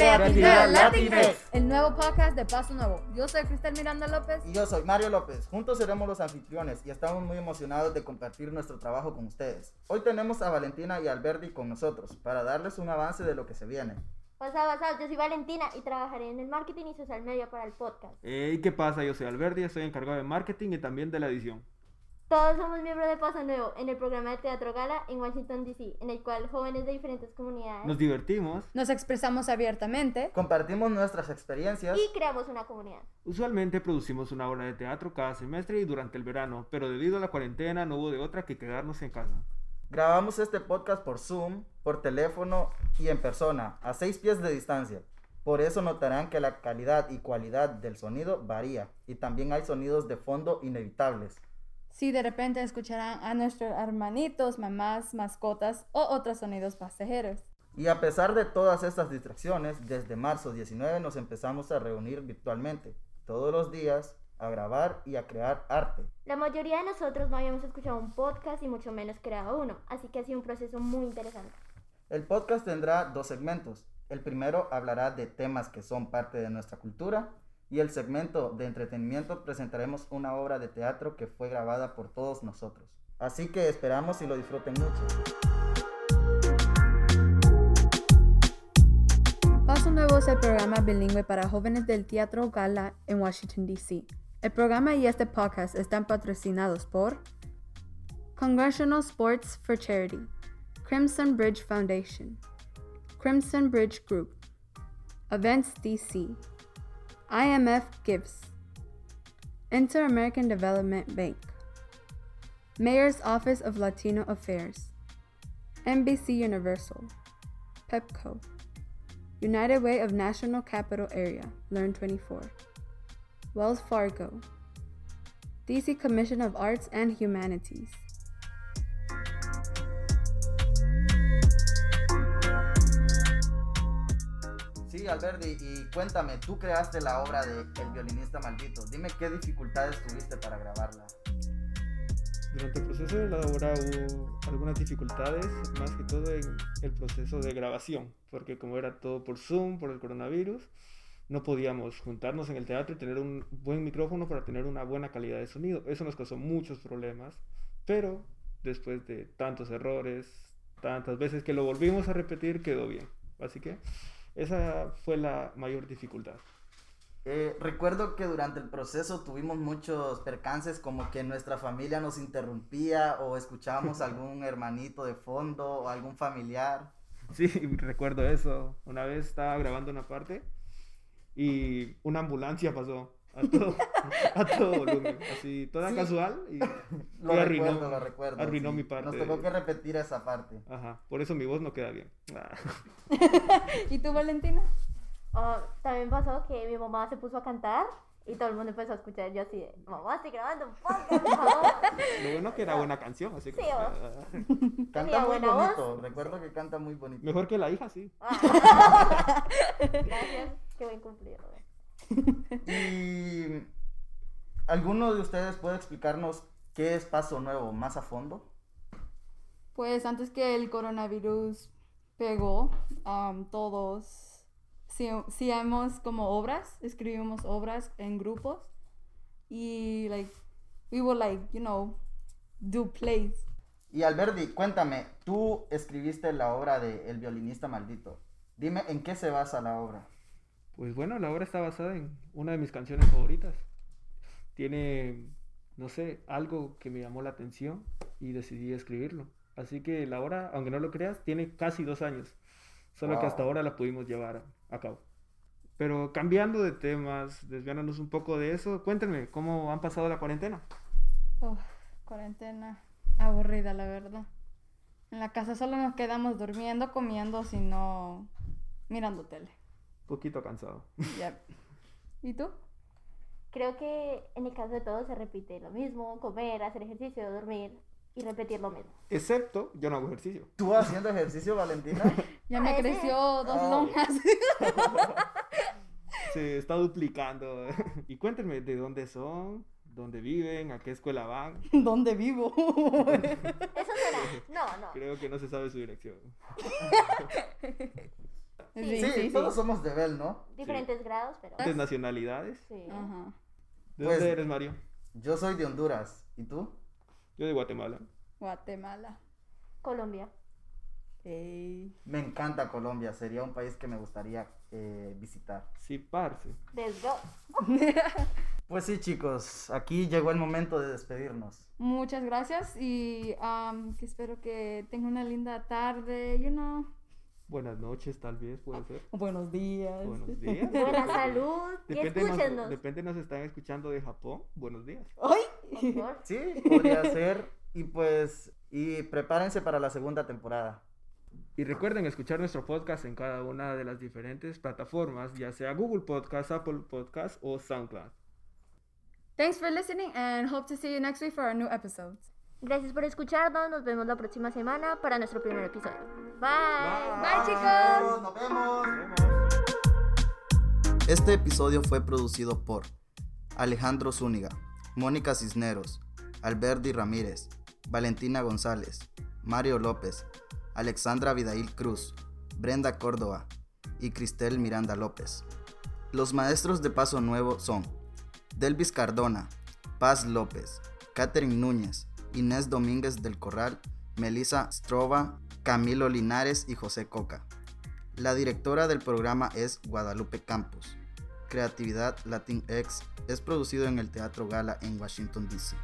Actividad Latin Latinfest. el nuevo podcast de Paso Nuevo. Yo soy Cristel Miranda López. Y yo soy Mario López. Juntos seremos los anfitriones y estamos muy emocionados de compartir nuestro trabajo con ustedes. Hoy tenemos a Valentina y Alberti con nosotros para darles un avance de lo que se viene. Pasa, pasa, yo soy Valentina y trabajaré en el marketing y social media para el podcast. Eh, ¿Y qué pasa? Yo soy Alberti, estoy encargado de marketing y también de la edición. Todos somos miembros de Paso Nuevo en el programa de Teatro Gala en Washington, D.C., en el cual jóvenes de diferentes comunidades Nos divertimos. Nos expresamos abiertamente. Compartimos nuestras experiencias. y creamos una comunidad. Usualmente producimos una obra de teatro cada semestre y durante el verano, pero debido a la cuarentena no hubo de otra que quedarnos en casa. Grabamos este podcast por Zoom, por teléfono y en persona, a seis pies de distancia. Por eso notarán que la calidad y cualidad del sonido varía y también hay sonidos de fondo inevitables. Si de repente escucharán a nuestros hermanitos, mamás, mascotas o otros sonidos pasajeros. Y a pesar de todas estas distracciones, desde marzo 19 nos empezamos a reunir virtualmente, todos los días, a grabar y a crear arte. La mayoría de nosotros no habíamos escuchado un podcast y mucho menos creado uno, así que ha sido un proceso muy interesante. El podcast tendrá dos segmentos. El primero hablará de temas que son parte de nuestra cultura y el segmento de entretenimiento presentaremos una obra de teatro que fue grabada por todos nosotros. Así que esperamos y lo disfruten mucho. Paso Nuevo es el programa bilingüe para jóvenes del Teatro Gala en Washington, D.C. El programa y este podcast están patrocinados por Congressional Sports for Charity, Crimson Bridge Foundation, Crimson Bridge Group, Events DC, IMF Gives, Inter American Development Bank, Mayor's Office of Latino Affairs, NBC Universal, PepCo. United Way of National Capital Area, Learn 24. Wells Fargo. DC Commission of Arts and Humanities. Sí, Alberti, y cuéntame, tú creaste la obra de El violinista maldito. Dime qué dificultades tuviste para grabarla. Durante el proceso de la obra hubo algunas dificultades, más que todo en el proceso de grabación, porque como era todo por Zoom, por el coronavirus, no podíamos juntarnos en el teatro y tener un buen micrófono para tener una buena calidad de sonido. Eso nos causó muchos problemas, pero después de tantos errores, tantas veces que lo volvimos a repetir, quedó bien. Así que esa fue la mayor dificultad. Eh, recuerdo que durante el proceso tuvimos muchos percances, como que nuestra familia nos interrumpía o escuchábamos algún hermanito de fondo o algún familiar. Sí, recuerdo eso. Una vez estaba grabando una parte y una ambulancia pasó a todo, a todo volumen, así toda Sí. casual y Lo y arruinó, recuerdo, lo recuerdo. arruinó sí. mi parte. Nos tocó que repetir esa parte. Ajá, por eso mi voz no queda bien. Ah. ¿Y tú, Valentina? Ah, también pasó que mi mamá se puso a cantar y todo el mundo empezó a escuchar. Yo así de, mamá, estoy grabando un podcast, por favor". Lo bueno Ah. que era buena canción, así que Sí, ah, ah. Canta muy buena voz. bonito, recuerdo que canta muy bonito. mejor que la hija, sí. Ah. Gracias, qué buen cumplido. Y alguno de ustedes puede explicarnos qué es Paso Nuevo más a fondo. Pues antes que el coronavirus pegó, um, todos hacíamos como obras, escribimos obras en grupos y like we would like you know do plays. Y Alberti, cuéntame, tú escribiste la obra de El violinista maldito. Dime en qué se basa la obra. Pues bueno, la obra está basada en una de mis canciones favoritas. Tiene, no sé, algo que me llamó la atención y decidí escribirlo. Así que la obra, aunque no lo creas, tiene casi dos años. Solo que Wow. hasta ahora la pudimos llevar a, a cabo. Pero cambiando de temas, desviándonos un poco de eso, cuéntenme, ¿cómo han pasado la cuarentena? Uf, cuarentena aburrida, la verdad. En la casa solo nos quedamos durmiendo, comiendo, sino mirando tele. Poquito cansado. Yep. ¿Y tú? Creo que en el caso de todos se repite lo mismo, comer, hacer ejercicio, dormir y repetir lo mismo. Excepto, yo no hago ejercicio. ¿Tú haciendo ejercicio, Valentina? Ya me Ay, sí. creció dos Ay. lonjas. Se está duplicando. Y cuéntenme, ¿de dónde son? ¿Dónde viven? ¿A qué escuela van? ¿Dónde vivo? Eso será. No, no. Creo que no se sabe su dirección. Sí, Sí, sí, sí. todos somos de Bell, ¿no? Diferentes grados, pero. De nacionalidades. Sí. Ajá. ¿De Pues- dónde eres, Mario? Yo soy de Honduras. ¿Y tú? Yo de Guatemala. Guatemala. Colombia. Ey. Me encanta Colombia, sería un país que me gustaría eh, visitar. Sí, parce. Let's go. Pues sí, chicos, aquí llegó el momento de despedirnos. Muchas gracias y am, que espero que tengan una linda tarde, you know. Buenas noches, tal vez, puede ser. Buenos días. Buenos días. Buena salud. Depende y nos, escúchenos. depende nos están escuchando de Japón. Buenos días. Of course. Sí, podría ser. Y pues, y prepárense para la segunda temporada. Y recuerden escuchar nuestro podcast en cada una de las diferentes plataformas, ya sea Google Podcast, Apple Podcast o SoundCloud. Thanks for listening and hope to see you next week for our new episodes. Gracias por escucharnos. Nos vemos la próxima semana para nuestro primer episodio. Bye. Bye, chicos. Nos vemos. Nos vemos. Este episodio fue producido por Alejandro Zúñiga, Mónica Cisneros, Alberdi Ramírez, Valentina González, Mario López, Alexandra Vidail Cruz, Brenda Córdoba y Cristel Miranda López. Los maestros de Paso Nuevo son Delvis Cardona, Paz López, Catherine Núñez, Inés Domínguez del Corral, Melissa Strova, Camilo Linares y José Coca. La directora del programa es Guadalupe Campos. Creatividad Latin X es producido en el Teatro Gala en Washington, D.C.